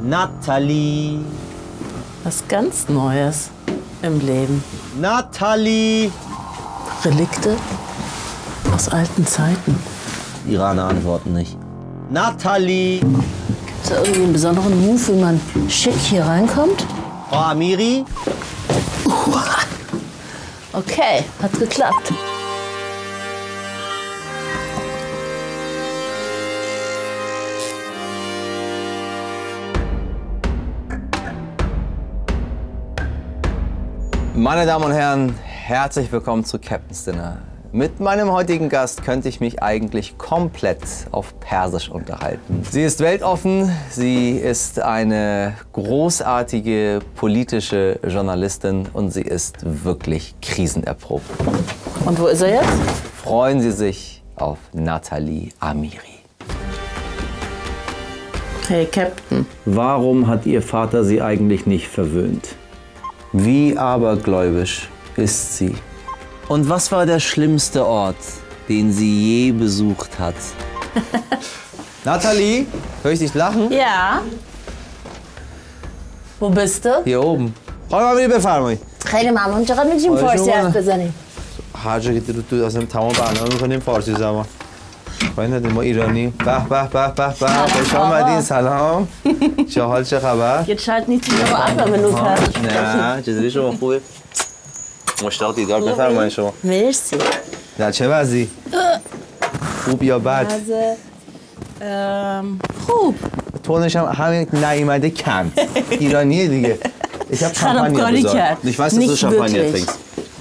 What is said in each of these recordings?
Natalie. Was ganz Neues im Leben. Natalie. Relikte aus alten Zeiten. Iraner antworten nicht. Natalie. Gibt es irgendwie einen besonderen Move, wie man schick hier reinkommt? Oh, Amiri. Okay, hat geklappt. Meine Damen und Herren, herzlich willkommen zu Captain's Dinner. Mit meinem heutigen Gast könnte ich mich eigentlich komplett auf Persisch unterhalten. Sie ist weltoffen, sie ist eine großartige politische Journalistin und sie ist wirklich krisenerprobt. Und wo ist er jetzt? Freuen Sie sich auf Nathalie Amiri. Hey, Captain. Warum hat Ihr Vater Sie eigentlich nicht verwöhnt? Wie abergläubisch ist sie? Und was war der schlimmste Ort, den sie je besucht hat? Nathalie, höre ich dich lachen? Ja. Wo bist du? Hier oben. حالا میری بفرمایید خیلی ممنون چقدر میتونیم آره، فارسی شما حرف نه. بزنیم هر جا که درود درود اصلا تمام برنامه میکنیم فارسی زبان پایین دادیم ما ایرانی به به به به به خوش آمدین سلام چه حال چه خبر Jetzt schalt nicht die Nummer ab, wenn du fertig نه چطوری شما خوبه مشتاق دیدار بفرمایید شما مرسی در چه وضعی خوب یا بد Ähm, خوب. تونش هم همین نیومده کم ایرانیه دیگه Ich habe Champagner besorgt. Ich weiß, dass du Nicht Champagner wirklich. trinkst.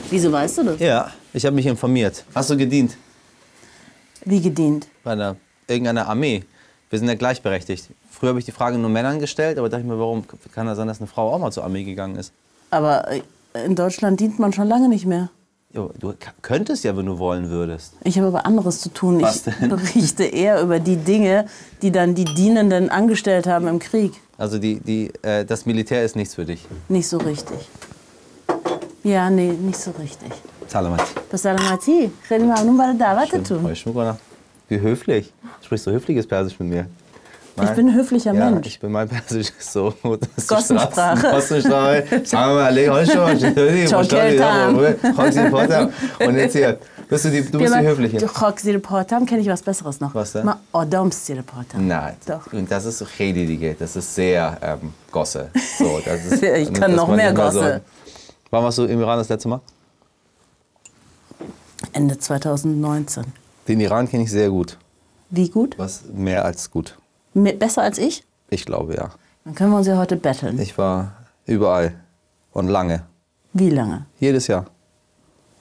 Wieso weißt du das? Ja, ich habe mich informiert. Hast du gedient Wie gedient. bei einer, irgendeiner Armee? Wir sind ja gleichberechtigt. Früher habe ich die Frage nur Männern gestellt, aber dachte ich mir, warum kann das sein, dass eine Frau auch mal zur Armee gegangen ist? Aber äh, in Deutschland dient man schon lange nicht mehr. Jo, Du k- könntest ja, wenn du wollen würdest. Ich habe aber anderes zu tun. Was ich denn? berichte eher über die Dinge, die dann die Dienenden angestellt haben im Krieg. Also die, die, äh, das Militär ist nichts für dich. Nicht so richtig. Ja, nee, nicht so richtig. Salamat. Bis Salamati. Reden wir nur bei der Dawate tun. Euch Mugoner. Wie höflich. Du sprichst so höfliches Persisch mit mir. Ich bin ein höflicher ja, Mensch. Ich bin mein Persisch ist so. das ist Gossensprache. Straßen- Gossensprache. Sagen wir alle, heute schon. Entschuldigung, Ciao, verstanden, ja, Keltan. wohl. Heute sind Potsdam. Und jetzt hier. Bist du, die, du bist die Höfliche. Roxy Reporter, kenne ich was Besseres noch. Was denn? Hm. Ma Odomsi Reporter. Nein, Doch. und das ist redige, das ist sehr ähm, Gosse. So, das ist, Ich kann dass noch man mehr immer Gosse. So, wann warst du im Iran das letzte Mal? Ende 2019. Den Iran kenne ich sehr gut. Wie gut? Was mehr als gut. Me- Besser als ich? Ich glaube, ja. Dann können wir uns ja heute betteln. Ich war überall und lange. Wie lange? Jedes Jahr.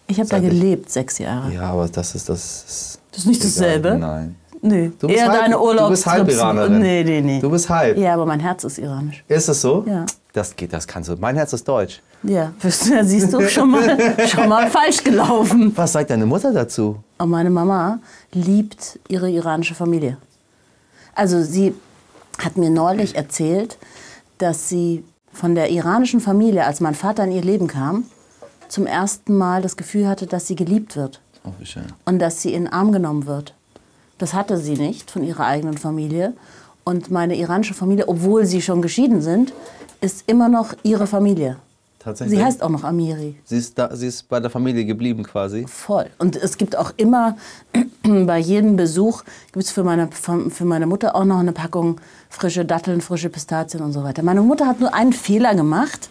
Ich habe da Seit ich- gelebt, sechs Jahre. Ja, aber das ist das. Ist Das ist nicht egal. dasselbe? Nein. Nee, Du bist eher halb, deine Urlaubs Du bist halb Iranerin. Nee, nee, nee. Du bist halb. ja, aber mein Herz ist iranisch. Ist es so? Ja. Das geht, das kannst du. Mein Herz ist deutsch. Ja, siehst du, schon mal, schon mal falsch gelaufen. Was sagt deine Mutter dazu? Und meine Mama liebt ihre iranische Familie. Also sie hat mir neulich erzählt, dass sie von der iranischen Familie, als mein Vater in ihr Leben kam, zum ersten Mal das Gefühl hatte, dass sie geliebt wird Oh, wie schön. und dass sie in den Arm genommen wird. Das hatte sie nicht von ihrer eigenen Familie. Und meine iranische Familie, obwohl sie schon geschieden sind, ist immer noch ihre Familie. Tatsächlich. Sie heißt auch noch Amiri. Sie ist, da, sie ist bei der Familie geblieben quasi. Voll. Und es gibt auch immer, bei jedem Besuch, gibt es für meine, für meine Mutter auch noch eine Packung frische Datteln, frische Pistazien und so weiter. Meine Mutter hat nur einen Fehler gemacht.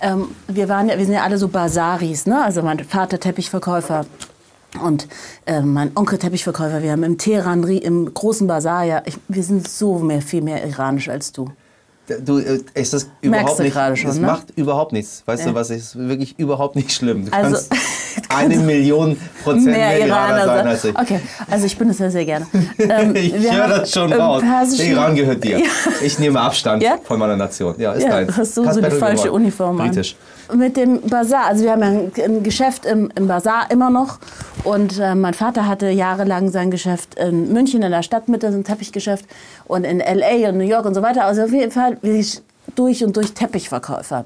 Ähm, wir, waren ja, wir sind ja alle so Basaris, ne? also mein Vater Teppichverkäufer. Und ähm, mein Onkel Teppichverkäufer, wir haben im Teheran, ri- im großen Basar, ja, ich, wir sind so mehr, viel mehr iranisch als du. Du, äh, es ist Merkst überhaupt du nicht, gerade schon, es ne? macht überhaupt nichts. Weißt Ja. du was, es ist wirklich überhaupt nicht schlimm. Du Also- kannst eine Million Prozent mehr, Iraner sein als ich. Okay, also ich bin das ja sehr gerne. Ähm, Ich wir höre haben das schon im raus. Der Persischen- Iran gehört dir. Ja. Ich nehme Abstand Ja? von meiner Nation. Ja, ist Ja, deins. hast du Hast so die Battle falsche gewonnen. Uniform an. Britisch. Mit dem Bazar, also wir haben ja ein, ein Geschäft im, im Bazar immer noch. Und äh, mein Vater hatte jahrelang sein Geschäft in München in der Stadtmitte, so ein Teppichgeschäft. Und in L.A. und New York und so weiter. Also auf jeden Fall wir sind durch und durch Teppichverkäufer.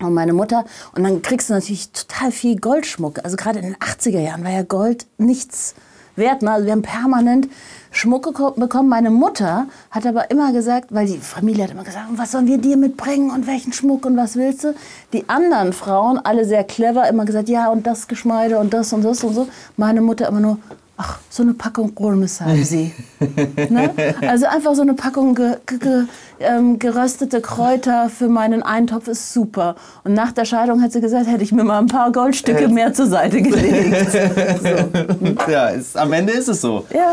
Und meine Mutter. Und dann kriegst du natürlich total viel Goldschmuck. Also gerade in den 80er Jahren war ja Gold nichts wert. Ne? Also wir haben permanent Schmuck geko- bekommen. Meine Mutter hat aber immer gesagt, weil die Familie hat immer gesagt, was sollen wir dir mitbringen und welchen Schmuck und was willst du? Die anderen Frauen, alle sehr clever, immer gesagt, ja und das Geschmeide und das und das und so. Meine Mutter immer nur, ach, so eine Packung Kohlmiss haben sie. ne? Also einfach so eine Packung ge ge ge ähm, geröstete Kräuter für meinen Eintopf ist super. Und nach der Scheidung hat sie gesagt, hätte ich mir mal ein paar Goldstücke mehr zur Seite gelegt. ja, ist, am Ende ist es so. ja.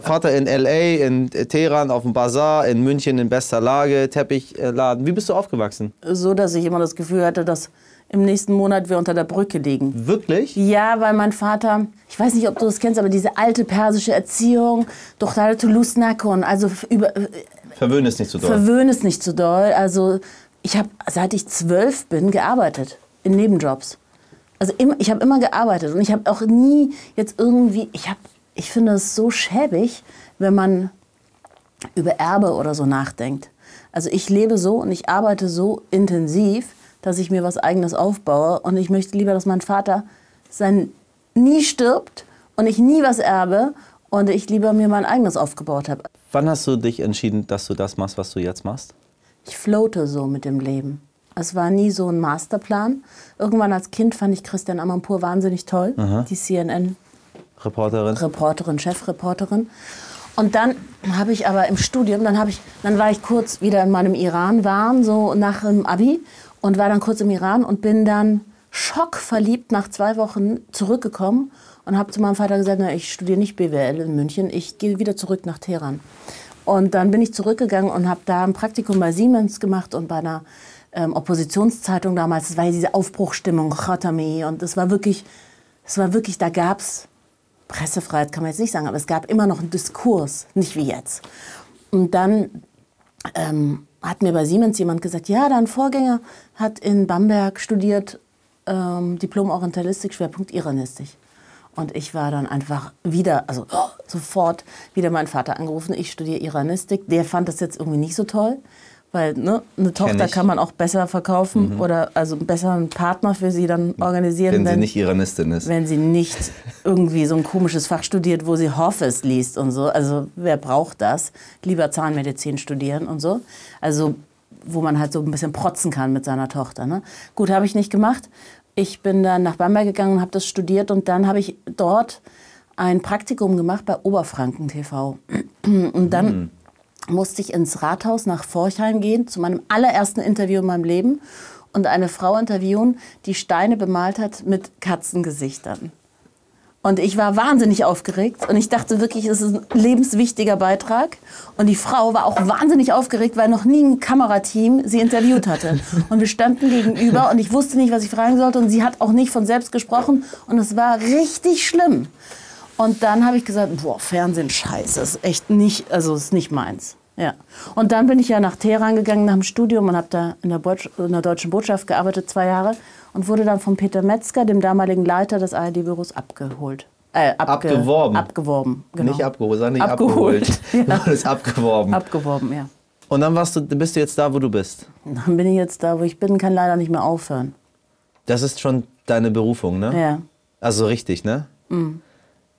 Vater in L.A., in Teheran, auf dem Bazar, in München in bester Lage, Teppichladen. Wie bist du aufgewachsen? So, dass ich immer das Gefühl hatte, dass im nächsten Monat wir unter der Brücke liegen. Wirklich? Ja, weil mein Vater, ich weiß nicht, ob du das kennst, aber diese alte persische Erziehung, doch da Nakon, also f- über, Verwöhne es nicht so doll. verwöhne es nicht zu doll. Also ich habe, seit ich zwölf bin, gearbeitet in Nebenjobs. Also immer, ich habe immer gearbeitet und ich habe auch nie jetzt irgendwie, ich habe, ich finde es so schäbig, wenn man über Erbe oder so nachdenkt. Also ich lebe so und ich arbeite so intensiv, dass ich mir was eigenes aufbaue und ich möchte lieber, dass mein Vater sein nie stirbt und ich nie was erbe und ich lieber mir mein eigenes aufgebaut habe. Wann hast du dich entschieden, dass du das machst, was du jetzt machst? Ich floate so mit dem Leben. Es war nie so ein Masterplan. Irgendwann als Kind fand ich Christian Amanpour wahnsinnig toll, die CNN-Reporterin, Reporterin? Chefreporterin. Und dann habe ich aber im Studium, dann habe ich, dann war ich kurz wieder in meinem Iran-Wahn, so nach dem Abi und war dann kurz im Iran und bin dann schockverliebt nach zwei Wochen zurückgekommen und habe zu meinem Vater gesagt, na, ich studiere nicht BWL in München, ich gehe wieder zurück nach Teheran. Und dann bin ich zurückgegangen und habe da ein Praktikum bei Siemens gemacht und bei einer ähm, Oppositionszeitung damals. Es war ja diese Aufbruchstimmung, Khatami. Und es war wirklich, es war wirklich, da gab es Pressefreiheit, kann man jetzt nicht sagen, aber es gab immer noch einen Diskurs, nicht wie jetzt. Und dann ähm, hat mir bei Siemens jemand gesagt, ja, dein Vorgänger hat in Bamberg studiert ähm, Diplom Orientalistik, Schwerpunkt Iranistik. Und ich war dann einfach wieder, also oh, sofort wieder meinen Vater angerufen, ich studiere Iranistik. Der fand das jetzt irgendwie nicht so toll, weil ne, eine Tochter ich. Mhm. kann man auch besser verkaufen oder also besser einen Partner für sie dann organisieren. Wenn sie wenn- nicht Iranistin ist. wenn sie nicht irgendwie so ein komisches Fach studiert, wo sie Hoffes liest und so. Also wer braucht das? Lieber Zahnmedizin studieren und so. Also wo man halt so ein bisschen protzen kann mit seiner Tochter. Ne? Gut, habe ich nicht gemacht. Ich bin dann nach Bamberg gegangen und habe das studiert und dann habe ich dort ein Praktikum gemacht bei Oberfranken TV. Und dann musste ich ins Rathaus nach Forchheim gehen, zu meinem allerersten Interview in meinem Leben und eine Frau interviewen, die Steine bemalt hat mit Katzengesichtern. Und ich war wahnsinnig aufgeregt und ich dachte wirklich, es ist ein lebenswichtiger Beitrag. Und die Frau war auch wahnsinnig aufgeregt, weil noch nie ein Kamerateam sie interviewt hatte. Und wir standen gegenüber und ich wusste nicht, was ich fragen sollte und sie hat auch nicht von selbst gesprochen und es war richtig schlimm. Und dann habe ich gesagt, boah, Fernsehen, scheiße, ist echt nicht, also ist nicht meins. Ja. Und dann bin ich ja nach Teheran gegangen nach dem Studium und habe da in der, Beutsch- in der deutschen Botschaft gearbeitet, zwei Jahre, und wurde dann von Peter Metzger, dem damaligen Leiter des ARD-Büros, abgeholt. Äh, abge- Abgeworben. Abgeworben, genau. Nicht abgeholt, sondern nicht Abgeholt, abgeholt. ja. Du bist abgeworben. Abgeworben, ja. Und dann warst du, bist du jetzt da, wo du bist. Und dann bin ich jetzt da, wo ich bin, kann leider nicht mehr aufhören. Das ist schon deine Berufung, ne? Ja. Mhm. Also richtig, ne?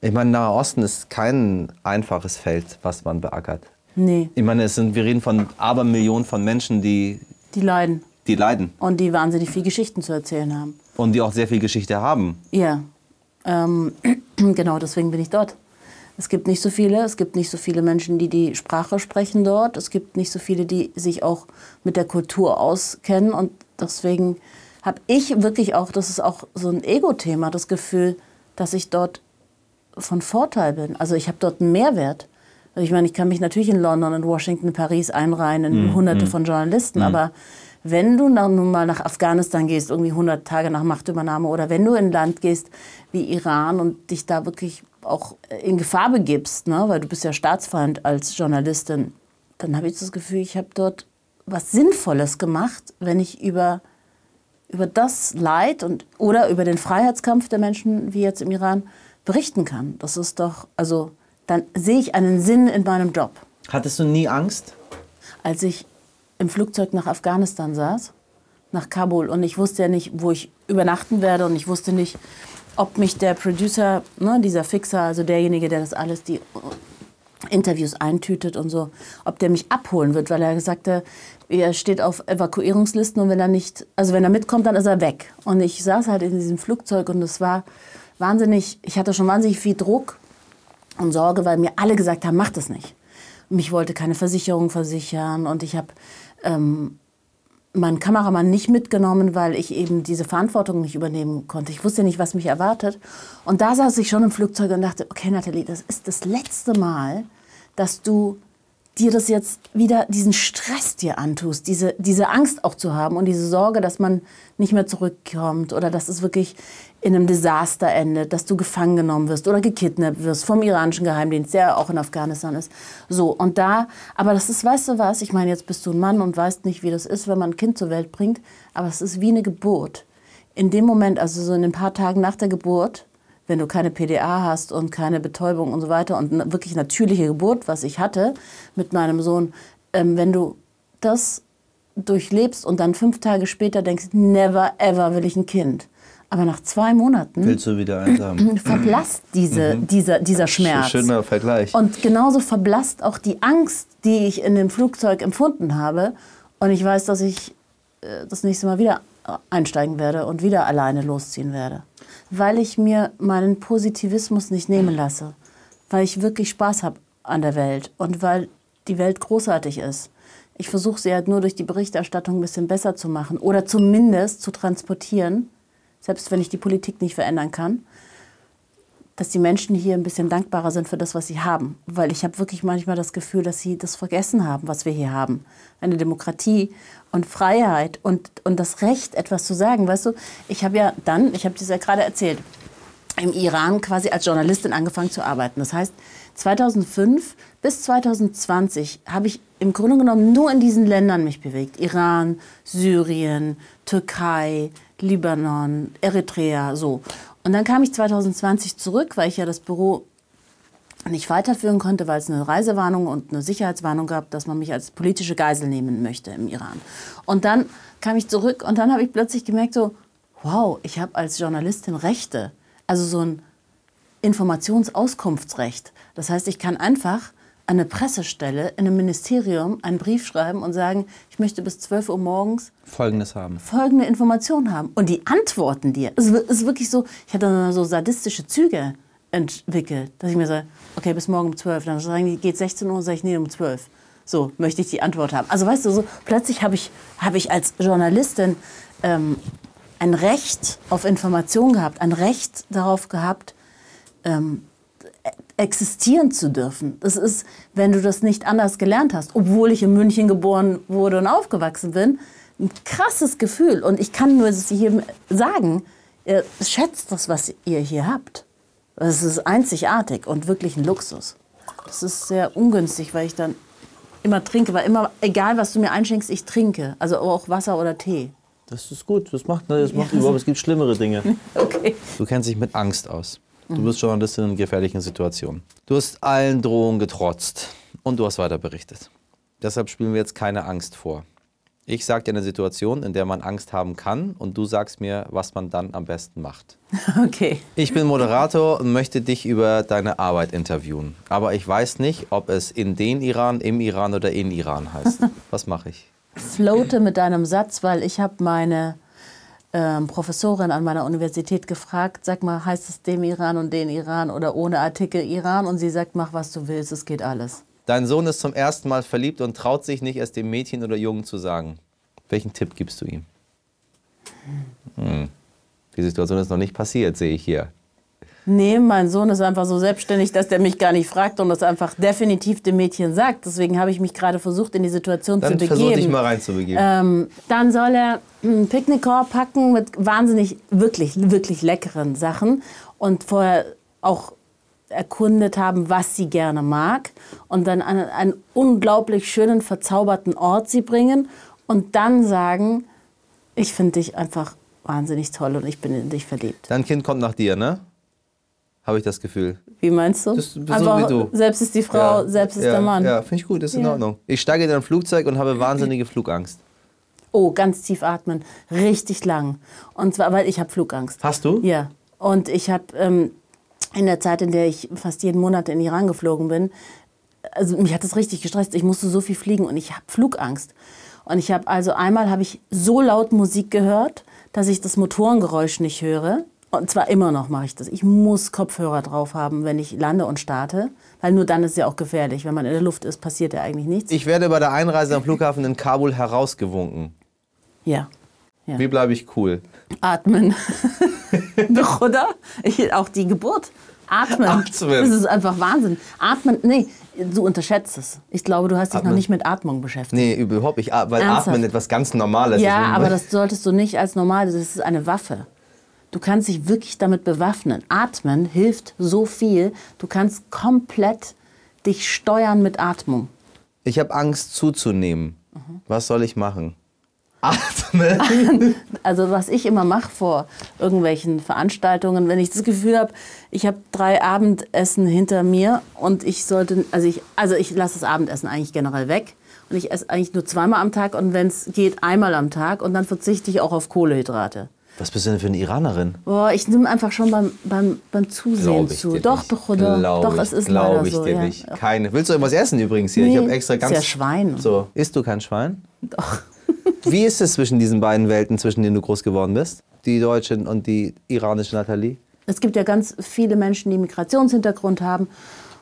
Ich meine, Nahe Osten ist kein einfaches Feld, was man beackert. Nee, Ich meine, es sind, wir reden von Abermillionen von Menschen, die, die leiden. die leiden Und die wahnsinnig viel Geschichten zu erzählen haben. und die auch sehr viel Geschichte haben. Ja, ähm, genau deswegen bin ich dort. Es gibt nicht so viele, es gibt nicht so viele Menschen, die die Sprache sprechen dort. Es gibt nicht so viele, die sich auch mit der Kultur auskennen. Und deswegen habe ich wirklich auch, das ist auch so ein Ego-Thema, das Gefühl, dass ich dort von Vorteil bin. Also ich habe dort einen Mehrwert. Also ich meine, ich kann mich natürlich in London, in Washington, Paris einreihen, in hunderte von Journalisten, aber wenn du nach, nun mal nach Afghanistan gehst, irgendwie 100 Tage nach Machtübernahme, oder wenn du in ein Land gehst wie Iran und dich da wirklich auch in Gefahr begibst, ne, weil du bist ja Staatsfeind als Journalistin, dann habe ich das Gefühl, ich habe dort was Sinnvolles gemacht, wenn ich über über das Leid und oder über den Freiheitskampf der Menschen, wie jetzt im Iran, berichten kann. Das ist doch, also dann sehe ich einen Sinn in meinem Job. Hattest du nie Angst? Als ich im Flugzeug nach Afghanistan saß, nach Kabul, und ich wusste ja nicht, wo ich übernachten werde und ich wusste nicht, ob mich der Producer, ne, dieser Fixer, also derjenige, der das alles, die Interviews eintütet und so, ob der mich abholen wird, weil er gesagt hat, er steht auf Evakuierungslisten und wenn er nicht, also wenn er mitkommt, dann ist er weg. Und ich saß halt in diesem Flugzeug und es war wahnsinnig, ich hatte schon wahnsinnig viel Druck und Sorge, weil mir alle gesagt haben, mach das nicht. Mich wollte keine Versicherung versichern und ich habe ähm, meinen Kameramann nicht mitgenommen, weil ich eben diese Verantwortung nicht übernehmen konnte. Ich wusste nicht, was mich erwartet. Und da saß ich schon im Flugzeug und dachte, okay, Nathalie, das ist das letzte Mal, dass du dir das jetzt wieder, diesen Stress dir antust, diese, diese Angst auch zu haben und diese Sorge, dass man nicht mehr zurückkommt oder dass es wirklich in einem Desaster endet, dass du gefangen genommen wirst oder gekidnappt wirst vom iranischen Geheimdienst, der auch in Afghanistan ist. So, und da, aber das ist, weißt du was, ich meine, jetzt bist du ein Mann und weißt nicht, wie das ist, wenn man ein Kind zur Welt bringt, aber es ist wie eine Geburt. In dem Moment, also so in ein paar Tagen nach der Geburt, wenn du keine PDA hast und keine Betäubung und so weiter und eine wirklich natürliche Geburt, was ich hatte mit meinem Sohn, ähm, wenn du das durchlebst und dann fünf Tage später denkst, never ever will ich ein Kind. Aber nach zwei Monaten Willst du wieder eins haben? verblasst diese, dieser, dieser Schmerz. Schöner Vergleich. Und genauso verblasst auch die Angst, die ich in dem Flugzeug empfunden habe. Und ich weiß, dass ich äh, das nächste Mal wieder äh, einsteigen werde und wieder alleine losziehen werde. Weil ich mir meinen Positivismus nicht nehmen lasse. Weil ich wirklich Spaß habe an der Welt und weil die Welt großartig ist. Ich versuche sie halt nur durch die Berichterstattung ein bisschen besser zu machen oder zumindest zu transportieren, selbst wenn ich die Politik nicht verändern kann dass die Menschen hier ein bisschen dankbarer sind für das, was sie haben. Weil ich habe wirklich manchmal das Gefühl, dass sie das vergessen haben, was wir hier haben. Eine Demokratie und Freiheit und, und das Recht, etwas zu sagen. Weißt du, ich habe ja dann, ich habe das ja gerade erzählt, im Iran quasi als Journalistin angefangen zu arbeiten. Das heißt, 2005 bis 2020 habe ich im Grunde genommen nur in diesen Ländern mich bewegt. Iran, Syrien, Türkei, Libanon, Eritrea, so. Und dann kam ich 2020 zurück, weil ich ja das Büro nicht weiterführen konnte, weil es eine Reisewarnung und eine Sicherheitswarnung gab, dass man mich als politische Geisel nehmen möchte im Iran. Und dann kam ich zurück und dann habe ich plötzlich gemerkt, so, wow, ich habe als Journalistin Rechte. Also so ein Informationsauskunftsrecht. Das heißt, ich kann einfach an eine Pressestelle in einem Ministerium einen Brief schreiben und sagen, ich möchte bis 12 Uhr morgens Folgendes haben. folgende Information haben. Und die antworten dir. Es wi- ist wirklich so, ich hatte dann so sadistische Züge entwickelt, dass ich mir sage, okay, bis morgen um 12. Dann sagen die, geht 16 Uhr, sage ich, nee, um 12. So möchte ich die Antwort haben. Also weißt du, so plötzlich habe ich, habe ich als Journalistin ähm, ein Recht auf Information gehabt, ein Recht darauf gehabt, ähm, existieren zu dürfen. Das ist, wenn du das nicht anders gelernt hast, obwohl ich in München geboren wurde und aufgewachsen bin, ein krasses Gefühl. Und ich kann nur es jedem sagen, ihr schätzt das, was ihr hier habt. Das ist einzigartig und wirklich ein Luxus. Das ist sehr ungünstig, weil ich dann immer trinke, weil immer, egal was du mir einschenkst, ich trinke. Also auch Wasser oder Tee. Das ist gut, das macht, ne, das macht überhaupt, es gibt schlimmere Dinge. Okay. Du kennst dich mit Angst aus. Mhm. Du bist Journalistin in gefährlichen Situationen. Du hast allen Drohungen getrotzt und du hast weiter berichtet. Deshalb spielen wir jetzt keine Angst vor. Ich sage dir eine Situation, in der man Angst haben kann und du sagst mir, was man dann am besten macht. Okay. Ich bin Moderator und möchte dich über deine Arbeit interviewen. Aber ich weiß nicht, ob es in den Iran, im Iran oder in Iran heißt. Was mache ich? floate mit deinem Satz, weil ich habe meine ähm, Professorin an meiner Universität gefragt, sag mal, heißt es dem Iran und den Iran oder ohne Artikel Iran? Und sie sagt, mach was du willst, es geht alles. Dein Sohn ist zum ersten Mal verliebt und traut sich nicht, es dem Mädchen oder Jungen zu sagen. Welchen Tipp gibst du ihm? Hm. Die Situation ist noch nicht passiert, sehe ich hier. Nee, mein Sohn ist einfach so selbstständig, dass der mich gar nicht fragt und das einfach definitiv dem Mädchen sagt. Deswegen habe ich mich gerade versucht, in die Situation Dann zu versuch begeben. dich mal reinzubegeben. Ähm, dann soll er einen Picknickkorb packen mit wahnsinnig, wirklich, wirklich leckeren Sachen und vorher auch erkundet haben, was sie gerne mag und dann an einen unglaublich schönen, verzauberten Ort sie bringen und dann sagen, ich finde dich einfach wahnsinnig toll und ich bin in dich verliebt. Dein Kind kommt nach dir, ne? Habe ich das Gefühl. Wie meinst du? Das- so Einfach, wie du. Selbst ist die Frau, selbst ist ja, der Mann. Ja, finde ich gut, ist in Ja. Ordnung. Ich steige in ein Flugzeug und habe wahnsinnige Flugangst. Oh, ganz tief atmen, richtig lang. Und zwar, weil ich habe Flugangst. Hast du? Ja. Und ich habe ähm, in der Zeit, in der ich fast jeden Monat in den Iran geflogen bin, also mich hat das richtig gestresst. Ich musste so viel fliegen und ich habe Flugangst. Und ich habe also einmal habe ich so laut Musik gehört, dass ich das Motorengeräusch nicht höre. Und zwar immer noch mache ich das. Ich muss Kopfhörer drauf haben, wenn ich lande und starte, weil nur dann ist es ja auch gefährlich. Wenn man in der Luft ist, passiert ja eigentlich nichts. Ich werde bei der Einreise am Flughafen in Kabul herausgewunken. ja. Wie bleibe ich cool? Atmen. Doch, oder? Ich, auch die Geburt. Atmen. Atmen. Das ist einfach Wahnsinn. Atmen, nee, du unterschätzt es. Ich glaube, du hast dich Atmen. noch nicht mit Atmung beschäftigt. Nee, überhaupt nicht, ah, weil Ernsthaft? Atmen etwas ganz Normales ist. ja, aber das solltest du nicht als normal, das ist eine Waffe. Du kannst dich wirklich damit bewaffnen. Atmen hilft so viel. Du kannst komplett dich steuern mit Atmung. Ich habe Angst zuzunehmen. Mhm. Was soll ich machen? Atmen. also was ich immer mache vor irgendwelchen Veranstaltungen, wenn ich das Gefühl habe, ich habe drei Abendessen hinter mir und ich sollte, also ich, also ich lasse das Abendessen eigentlich generell weg und ich esse eigentlich nur zweimal am Tag und wenn es geht, einmal am Tag und dann verzichte ich auch auf Kohlehydrate. Was bist du denn für eine Iranerin? Boah, ich nehme einfach schon beim, beim, beim Zusehen Glaub ich zu. dir Doch, nicht. doch, oder? Glaub doch, ich, es ist glaub leider ich so. dir ja. nicht. Keine. Willst du irgendwas essen übrigens hier? Ich Nee, habe extra ist ganz. ja Schwein. So, isst du kein Schwein? Doch. Wie ist es zwischen diesen beiden Welten, zwischen denen du groß geworden bist? Die deutsche und die iranische Nathalie? Es gibt ja ganz viele Menschen, die Migrationshintergrund haben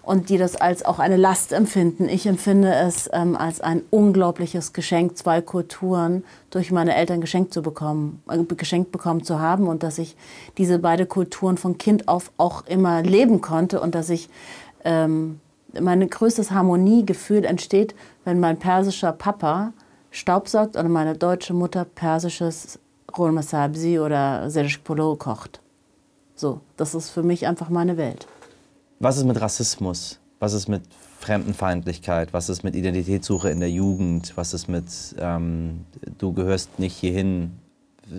und die das als auch eine Last empfinden. Ich empfinde es ähm, als ein unglaubliches Geschenk, zwei Kulturen durch meine Eltern geschenkt zu bekommen, äh, geschenkt bekommen zu haben und dass ich diese beide Kulturen von Kind auf auch immer leben konnte und dass ich ähm, mein größtes Harmoniegefühl entsteht, wenn mein persischer Papa staubsaugt und meine deutsche Mutter persisches Rolma Sabzi oder Serge Polo kocht. So, das ist für mich einfach meine Welt. Was ist mit Rassismus? Was ist mit Fremdenfeindlichkeit? Was ist mit Identitätssuche in der Jugend? Was ist mit, ähm, du gehörst nicht hierhin?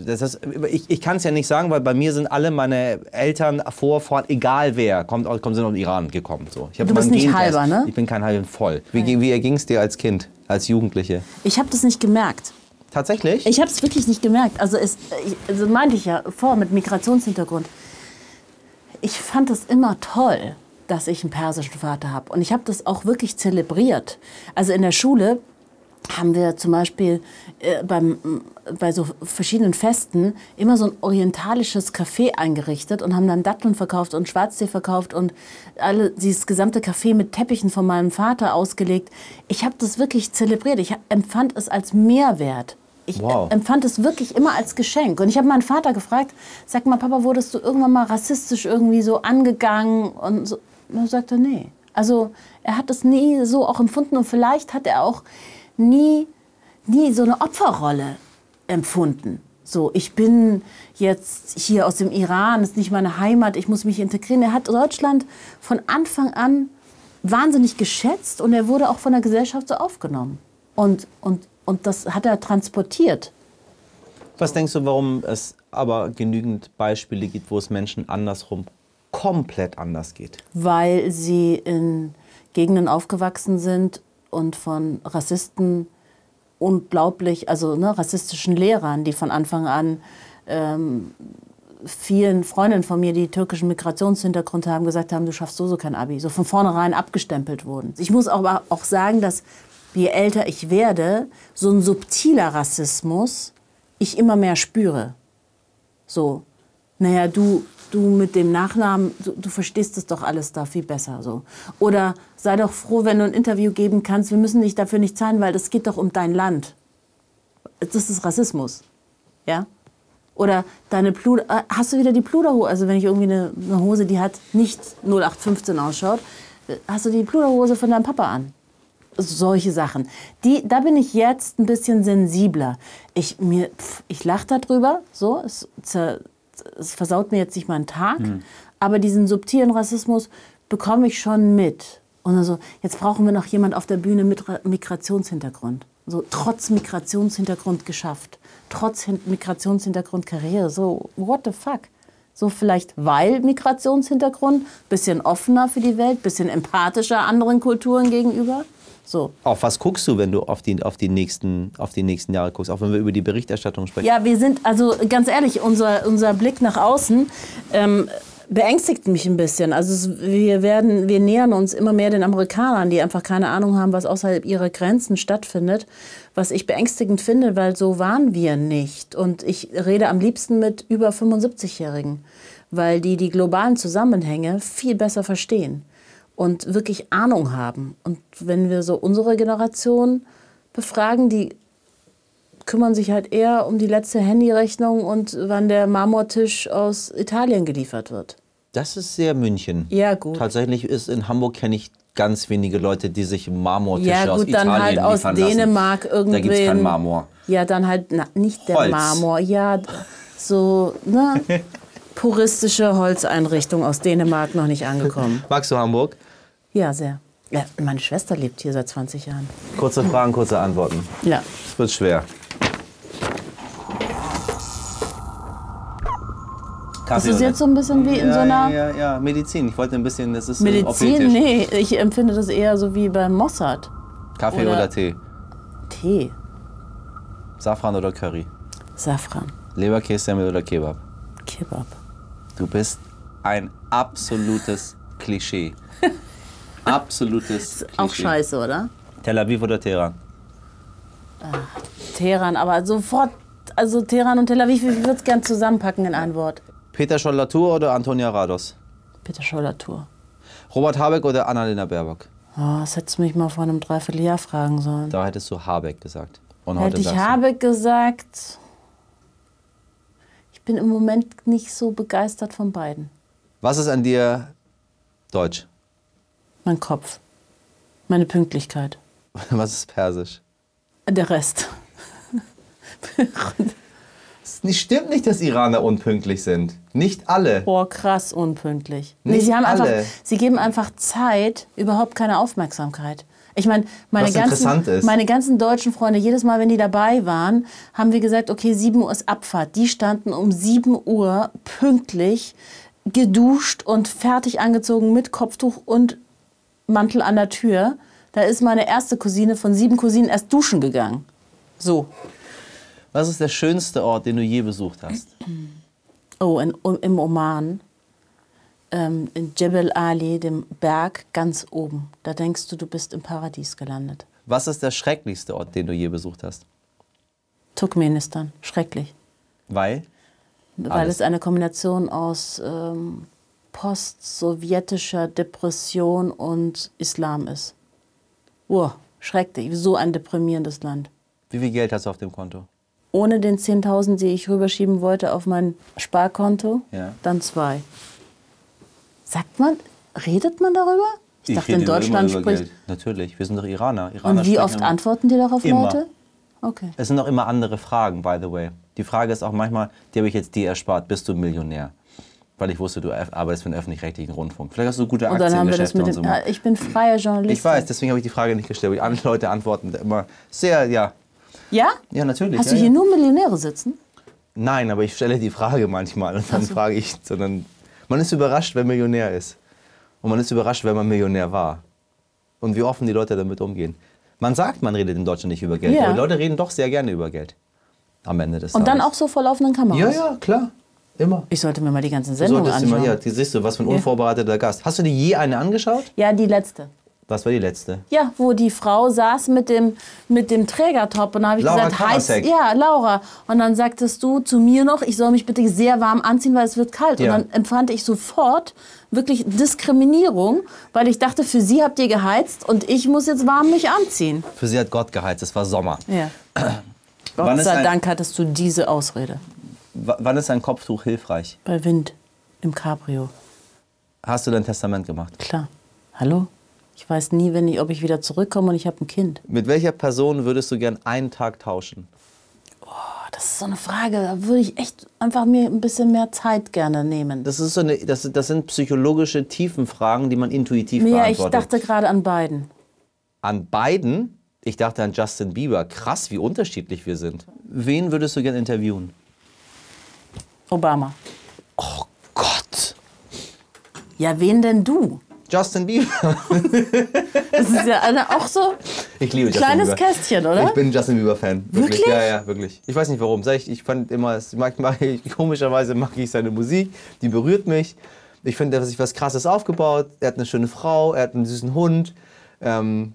Das ist, ich ich kann es ja nicht sagen, weil bei mir sind alle meine Eltern vor, vor, egal wer, kommt, aus- kommen, sind aus dem Iran gekommen. So. Ich hab Du bist meinen nicht Gentest. halber, ne? Ich bin kein halber, ich bin voll. Wie, ge- wie erging es dir als Kind, als Jugendliche? Ich habe das nicht gemerkt. Tatsächlich? Ich habe es wirklich nicht gemerkt. Also, es, ich, also meinte ich ja vor mit Migrationshintergrund. Ich fand es immer toll, dass ich einen persischen Vater habe. Und ich habe das auch wirklich zelebriert. Also in der Schule haben wir zum Beispiel äh, beim, bei so verschiedenen Festen immer so ein orientalisches Café eingerichtet und haben dann Datteln verkauft und Schwarztee verkauft und alle dieses gesamte Café mit Teppichen von meinem Vater ausgelegt. Ich habe das wirklich zelebriert. Ich hab- empfand es als Mehrwert. Ich Wow. äh, empfand es wirklich immer als Geschenk. Und ich habe meinen Vater gefragt, sag mal, Papa, wurdest du irgendwann mal rassistisch irgendwie so angegangen? Und so, und dann sagt er, nee. Also er hat es nie so auch empfunden und vielleicht hat er auch nie, nie so eine Opferrolle empfunden. So, ich bin jetzt hier aus dem Iran, ist nicht meine Heimat, ich muss mich integrieren. Er hat Deutschland von Anfang an wahnsinnig geschätzt und er wurde auch von der Gesellschaft so aufgenommen. Und, und, und das hat er transportiert. Was denkst du, warum es aber genügend Beispiele gibt, wo es Menschen andersrum komplett anders geht? weil sie in Gegenden aufgewachsen sind und von Rassisten unglaublich, also ne, rassistischen Lehrern, die von Anfang an ähm, vielen Freundinnen von mir, die türkischen Migrationshintergrund haben, gesagt haben, du schaffst so so kein Abi, so von vornherein abgestempelt wurden. Ich muss aber auch sagen, dass je älter ich werde, so ein subtiler Rassismus ich immer mehr spüre. So, naja, du, du mit dem Nachnamen, du, du verstehst das doch alles da viel besser. So. Oder sei doch froh, wenn du ein Interview geben kannst, wir müssen dich dafür nicht zahlen, weil es geht doch um dein Land. Das ist Rassismus. Ja? Oder deine Pluder, äh, hast du wieder die Pluderhose, also wenn ich irgendwie eine, eine Hose, die hat nicht 0815 ausschaut, äh, hast du die Pluderhose von deinem Papa an? solche Sachen. Die, da bin ich jetzt ein bisschen sensibler. Ich, mir, pf, ich lache darüber, so, es, zer, es versaut mir jetzt nicht meinen Tag, aber diesen subtilen Rassismus bekomme ich schon mit. Und also, jetzt brauchen wir noch jemand auf der Bühne mit Ra- Migrationshintergrund. So, trotz Migrationshintergrund geschafft. Trotz Hin Migrationshintergrund Karriere. So, what the fuck? So vielleicht weil Migrationshintergrund, bisschen offener für die Welt, bisschen empathischer anderen Kulturen gegenüber. So. Auf was guckst du, wenn du auf die, auf, die nächsten, auf die nächsten Jahre guckst? Auch wenn wir über die Berichterstattung sprechen. Ja, wir sind, also ganz ehrlich, unser, unser Blick nach außen ähm, beängstigt mich ein bisschen. Also es, wir werden, wir nähern uns immer mehr den Amerikanern, die einfach keine Ahnung haben, was außerhalb ihrer Grenzen stattfindet. Was ich beängstigend finde, weil so waren wir nicht. Und ich rede am liebsten mit über 75-Jährigen, weil die die globalen Zusammenhänge viel besser verstehen und wirklich Ahnung haben. Und wenn wir so unsere Generation befragen, die kümmern sich halt eher um die letzte Handyrechnung und wann der Marmortisch aus Italien geliefert wird. Das ist sehr München. Ja, gut. Tatsächlich ist in Hamburg kenne ich ganz wenige Leute, die sich Marmortische ja, aus gut, Italien dann halt aus liefern lassen. Dänemark irgendwie. Da gibt es keinen Marmor. Ja, dann halt na, nicht der Holz. Marmor. Ja, d- so, ne? Puristische Holzeinrichtung aus Dänemark noch nicht angekommen. Magst du Hamburg? Ja, sehr. Ja, meine Schwester lebt hier seit 20 Jahren. Kurze Fragen, kurze Antworten. Ja. Es wird schwer. Das ist jetzt so ein bisschen wie in so einer. ja, ja, ja, Medizin. Ich wollte ein bisschen, das ist Medizin, nee, ich empfinde das eher so wie bei Mossad. Kaffee oder- oder, Tee? Tee, Safran oder Curry? Safran, Leberkäse, Semmel oder Kebab? Kebab. Du bist ein absolutes Klischee. Absolutes Klischee. Auch scheiße, oder? Tel Aviv oder Teheran? Teheran, aber sofort, also Teheran und Tel Aviv, ich würde es gern zusammenpacken in ein Wort. Peter Scholl-Latour oder Antonia Rados? Peter Scholler Tour. Robert Habeck oder Annalena Baerbock? Oh, das hättest du mich mal vor einem Dreivierteljahr fragen sollen. Da hättest du Habeck gesagt. Und Hätte ich sagst du- Habeck gesagt, ich bin im Moment nicht so begeistert von beiden. Was ist an dir deutsch? Mein Kopf, meine Pünktlichkeit, Was ist persisch? der Rest. Es nicht- stimmt nicht, dass Iraner unpünktlich sind. Nicht alle. Boah, krass unpünktlich. Nee, Nicht sie, haben einfach, alle. sie geben einfach Zeit, überhaupt keine Aufmerksamkeit. Ich meine, meine Was ganzen, interessant ist. meine ganzen deutschen Freunde, jedes Mal, wenn die dabei waren, haben wir gesagt, okay, 7 Uhr ist Abfahrt. Die standen um 7 Uhr pünktlich, geduscht und fertig angezogen mit Kopftuch und Mantel an der Tür. Da ist meine erste Cousine von sieben Cousinen erst duschen gegangen. So. Was ist der schönste Ort, den du je besucht hast? Oh, in, um, im Oman. Ähm, in Jebel Ali, dem Berg ganz oben. Da denkst du, du bist im Paradies gelandet. Was ist der schrecklichste Ort, den du je besucht hast? Turkmenistan, schrecklich. Weil? Weil Alles. es eine Kombination aus ähm, postsowjetischer Depression und Islam ist. Uah, schrecklich. So ein deprimierendes Land. Wie viel Geld hast du auf dem Konto? Ohne den 10.000, die ich rüberschieben wollte auf mein Sparkonto, Ja. dann zwei. Sagt man, redet man darüber? Ich, dachte, in rede immer Deutschland über spricht. Geld. Natürlich, wir sind doch Iraner. Iraner Und wie sprechen oft immer- antworten die darauf Immer. Leute? Okay. Es sind auch immer andere Fragen, by the way. Die Frage ist auch manchmal, die habe ich jetzt dir erspart, bist du Millionär? Weil ich wusste, du eff- arbeitest für den öffentlich-rechtlichen Rundfunk. Vielleicht hast du gute Und dann haben wir das Aktiengeschäfte mit und dem. so. Ah, ich bin freier Journalist. Ich weiß, deswegen habe ich die Frage nicht gestellt. Die anderen Leute antworten da immer sehr, ja. Ja? Ja, natürlich. Hast ja, du hier ja. nur Millionäre sitzen? Nein, aber ich stelle die Frage manchmal und dann frage ich, sondern man ist überrascht, wer Millionär ist. Und man ist überrascht, wenn man Millionär war. Und wie offen die Leute damit umgehen. Man sagt, man redet in Deutschland nicht über Geld, Ja. aber die Leute reden doch sehr gerne über Geld. Am Ende des Und dann Tages. auch so vor laufenden Kameras. Ja, ja, klar. Immer. Ich sollte mir mal die ganzen So, Sendungen das immer, anschauen. ja, die siehst du, was für ein unvorbereiteter Gast. Hast du dir je eine angeschaut? ja, die letzte. Was war die letzte? Ja, wo die Frau saß mit dem, mit dem Trägertop und da habe ich Laura gesagt, heiß, Karasek. ja, Laura. Und dann sagtest du zu mir noch, ich soll mich bitte sehr warm anziehen, weil es wird kalt. Ja. Und dann empfand ich sofort wirklich Diskriminierung, weil ich dachte, für sie habt ihr geheizt und ich muss jetzt warm mich anziehen. Für sie hat Gott geheizt, es war Sommer. Ja. Wann Gott ist sei ein- Dank hattest du diese Ausrede. W wann ist ein Kopftuch hilfreich? Bei Wind, im Cabrio, Hast du dein Testament gemacht? klar. Hallo? Ich weiß nie, wenn ich, ob ich wieder zurückkomme und ich habe ein Kind. Mit welcher Person würdest du gern einen Tag tauschen? Boah, das ist so eine Frage, da würde ich echt einfach mir ein bisschen mehr Zeit gerne nehmen. Das, ist so eine, das, das sind psychologische Tiefenfragen, die man intuitiv Mia, ich beantwortet. dachte gerade an beiden. an beiden, ich dachte an Justin Bieber. Krass, wie unterschiedlich wir sind. Wen würdest du gern interviewen? Obama. Oh Gott. Ja, wen denn du? Justin Bieber. Das ist ja alle auch so. Ich liebe Justin Kleines Bieber. Kästchen, oder? Ich bin Justin Bieber Fan. Wirklich? Ja, ja, wirklich. Ich weiß nicht warum. Sag Ich, ich fand immer, es mag, mag ich, komischerweise mag ich seine Musik. Die berührt mich. Ich finde, er hat sich was Krasses aufgebaut. Er hat eine schöne Frau. Er hat einen süßen Hund. Ähm,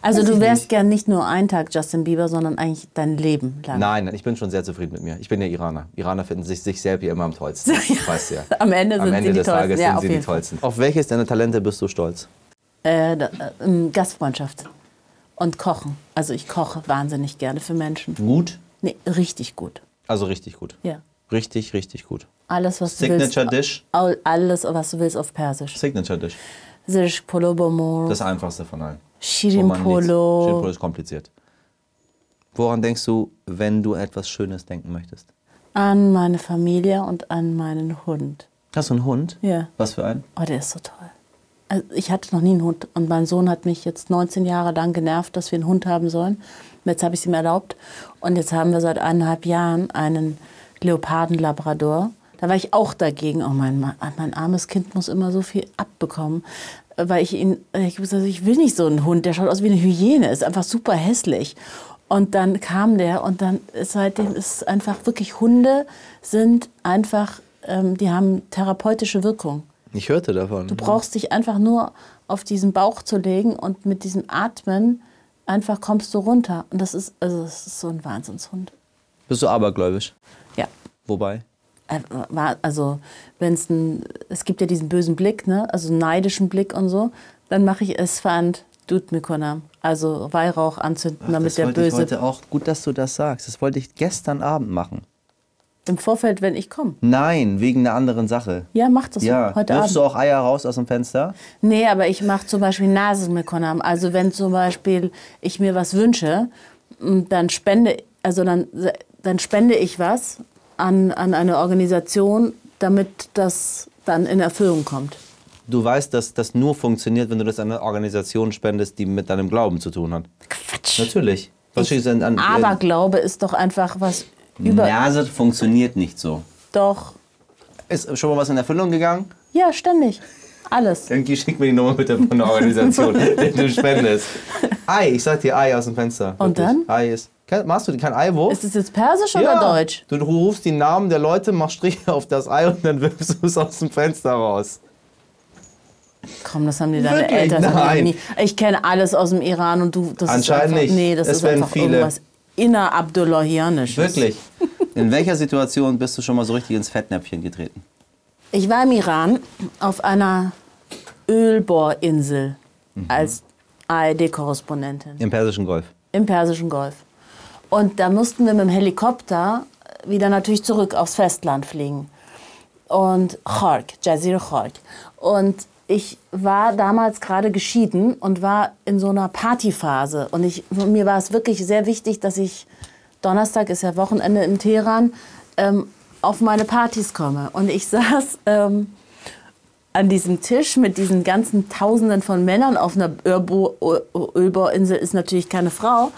Also ich du nicht. wärst gern nicht nur einen Tag Justin Bieber, sondern eigentlich dein Leben lang. Nein, nein, ich bin schon sehr zufrieden mit mir. Ich bin ja Iraner. Iraner finden sich, sich selbst ja immer am tollsten. Ja. Weißt du ja. Am Ende Am sind Ende sie die des Tages Tollsten. Ja, sind auf sie die jeden Fall. tollsten. Auf welches deiner Talente bist du stolz? Äh, da, äh, ähm, Gastfreundschaft und Kochen. Also ich koche wahnsinnig gerne für Menschen. Gut. Nee, richtig gut. Also richtig gut. Ja. Richtig, richtig gut. Alles, was Signature du Dish? willst. au- Alles, was du willst auf Persisch. Signature Dish. Zirsch Polo Bomo, Das einfachste von allen. Shirin Schimpolo Polo. ist kompliziert. Woran denkst du, wenn du etwas Schönes denken möchtest? An meine Familie und an meinen Hund. Hast du einen Hund? Ja. Was für einen? Oh, der ist so toll. Also ich hatte noch nie einen Hund und mein Sohn hat mich jetzt 19 Jahre lang genervt, dass wir einen Hund haben sollen. Und Jetzt habe ich es ihm erlaubt und jetzt haben wir seit eineinhalb Jahren einen Leoparden-Labrador. Da war ich auch dagegen. Oh, mein, Ma- mein armes Kind muss immer so viel abbekommen, äh, weil ich ihn, äh, ich, hab gesagt, ich will nicht so einen Hund, der schaut aus wie eine Hyäne, ist einfach super hässlich. Und dann kam der und dann ist seitdem ist es einfach wirklich Hunde sind einfach, ähm, die haben therapeutische Wirkung. Ich hörte davon. Du brauchst dich einfach nur auf diesen Bauch zu legen und mit diesem Atmen einfach kommst du runter. Und das ist, also das ist so ein Wahnsinnshund. Bist du abergläubisch? Ja. Wobei? Äh, war- Also, wenn es ein, es gibt ja diesen bösen Blick, ne? also einen neidischen Blick und so, dann mache ich es fand Dudmikonam. Also Weihrauch anzünden, damit der Böse. auch. Gut, dass du das sagst. Das wollte ich gestern Abend machen. Im Vorfeld, wenn ich komme. Nein, wegen einer anderen Sache. Ja, mach das Ja, heute wirfst Abend. du auch Eier raus aus dem Fenster? Nee, aber ich mache zum Beispiel Nasenmekonam. Also wenn zum Beispiel ich mir was wünsche, m, dann spende, also dann, dann spende ich was an, an eine Organisation, damit das dann in Erfüllung kommt. Du weißt, dass das nur funktioniert, wenn du das an eine Organisation spendest, die mit deinem Glauben zu tun hat. Quatsch. Natürlich. Was steht denn an? Aberglaube ist doch einfach was über. Nase funktioniert nicht so. Doch. Ist schon mal was in Erfüllung gegangen? Ja, ständig. Alles. Irgendwie schick mir die Nummer bitte von der Organisation, die du spendest. Ei, ich sag dir Ei aus dem Fenster. Und Wirklich. dann? Ei ist. Kann, machst du kein Eiwurf? Ist es jetzt Persisch ja. oder Deutsch? Du rufst die Namen der Leute, machst Striche auf das Ei und dann wirfst du es aus dem Fenster raus. Komm, das haben die deine Wirklich? Eltern das haben die Nein. nie. Ich kenne alles aus dem Iran und du. Das Anscheinend ist einfach, nicht. Nee, das Es ist werden einfach viele. irgendwas innerabdullahianisches. Wirklich. In welcher Situation bist du schon mal so richtig ins Fettnäpfchen getreten? Ich war im Iran auf einer Ölbohrinsel Mhm. als ARD-Korrespondentin Im Persischen Golf. im Persischen Golf. Und da mussten wir mit dem Helikopter wieder natürlich zurück aufs Festland fliegen. Und Chork, Jazir Chork. Und ich war damals gerade geschieden und war in so einer Partyphase. Und ich, mir war es wirklich sehr wichtig, dass ich, Donnerstag ist ja Wochenende in Teheran, ähm, auf meine Partys komme. Und ich saß ähm, an diesem Tisch mit diesen ganzen Tausenden von Männern auf einer Ölbo- Ö- Ölbohrinsel ist natürlich keine Frau.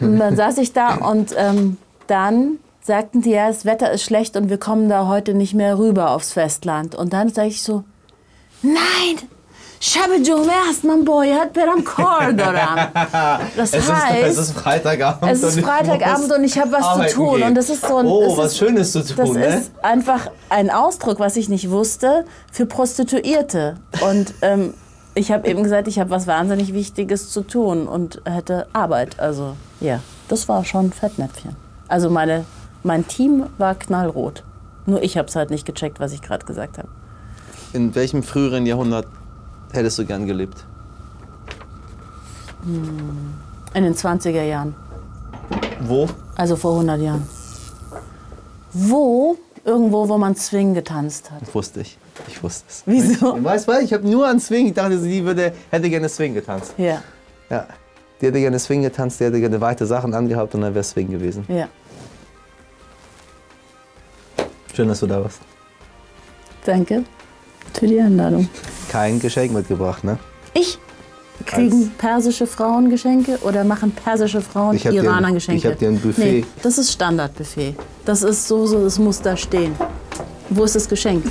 Und dann saß ich da und ähm, dann sagten die, ja, das Wetter ist schlecht und wir kommen da heute nicht mehr rüber aufs Festland. Und dann sage ich so, nein, Shabbat Jom erst, mein Boy, hat Peram Kordoram. Das heißt, Freitagabend. es ist und ich Freitagabend muss und ich habe was arbeiten zu tun. gehen. Und das ist so ein, Oh, es was ist, Schönes zu tun, Das ne? ist einfach ein Ausdruck, was ich nicht wusste, für Prostituierte. Und ähm, ich habe eben gesagt, ich habe was wahnsinnig Wichtiges zu tun und hätte Arbeit. Also ja, das war schon ein Fettnäpfchen. Also meine, mein Team war knallrot. Nur ich habe es halt nicht gecheckt, was ich gerade gesagt habe. In welchem früheren Jahrhundert hättest du gern gelebt? In den 20er Jahren. Wo? Also vor 100 Jahren. Wo? Irgendwo, wo man Swing getanzt hat. Wusste ich. Ich wusste es. Wieso? Weißt du, was? ich habe nur an Swing. Ich dachte, sie würde, hätte gerne Swing getanzt. Ja, Ja. Die hätte gerne Swing getanzt, die hätte gerne weite Sachen angehabt und dann wäre Swing gewesen. ja. Schön, dass du da warst. Danke für die Einladung. Kein Geschenk mitgebracht, ne? Ich? Kriegen persische Frauen Geschenke oder machen persische Frauen Ich hab dir ein- Iraner Geschenke? ich hab dir ein Buffet. Nee, das ist Standardbuffet. Das ist so, so, das muss da stehen. Wo ist das Geschenk?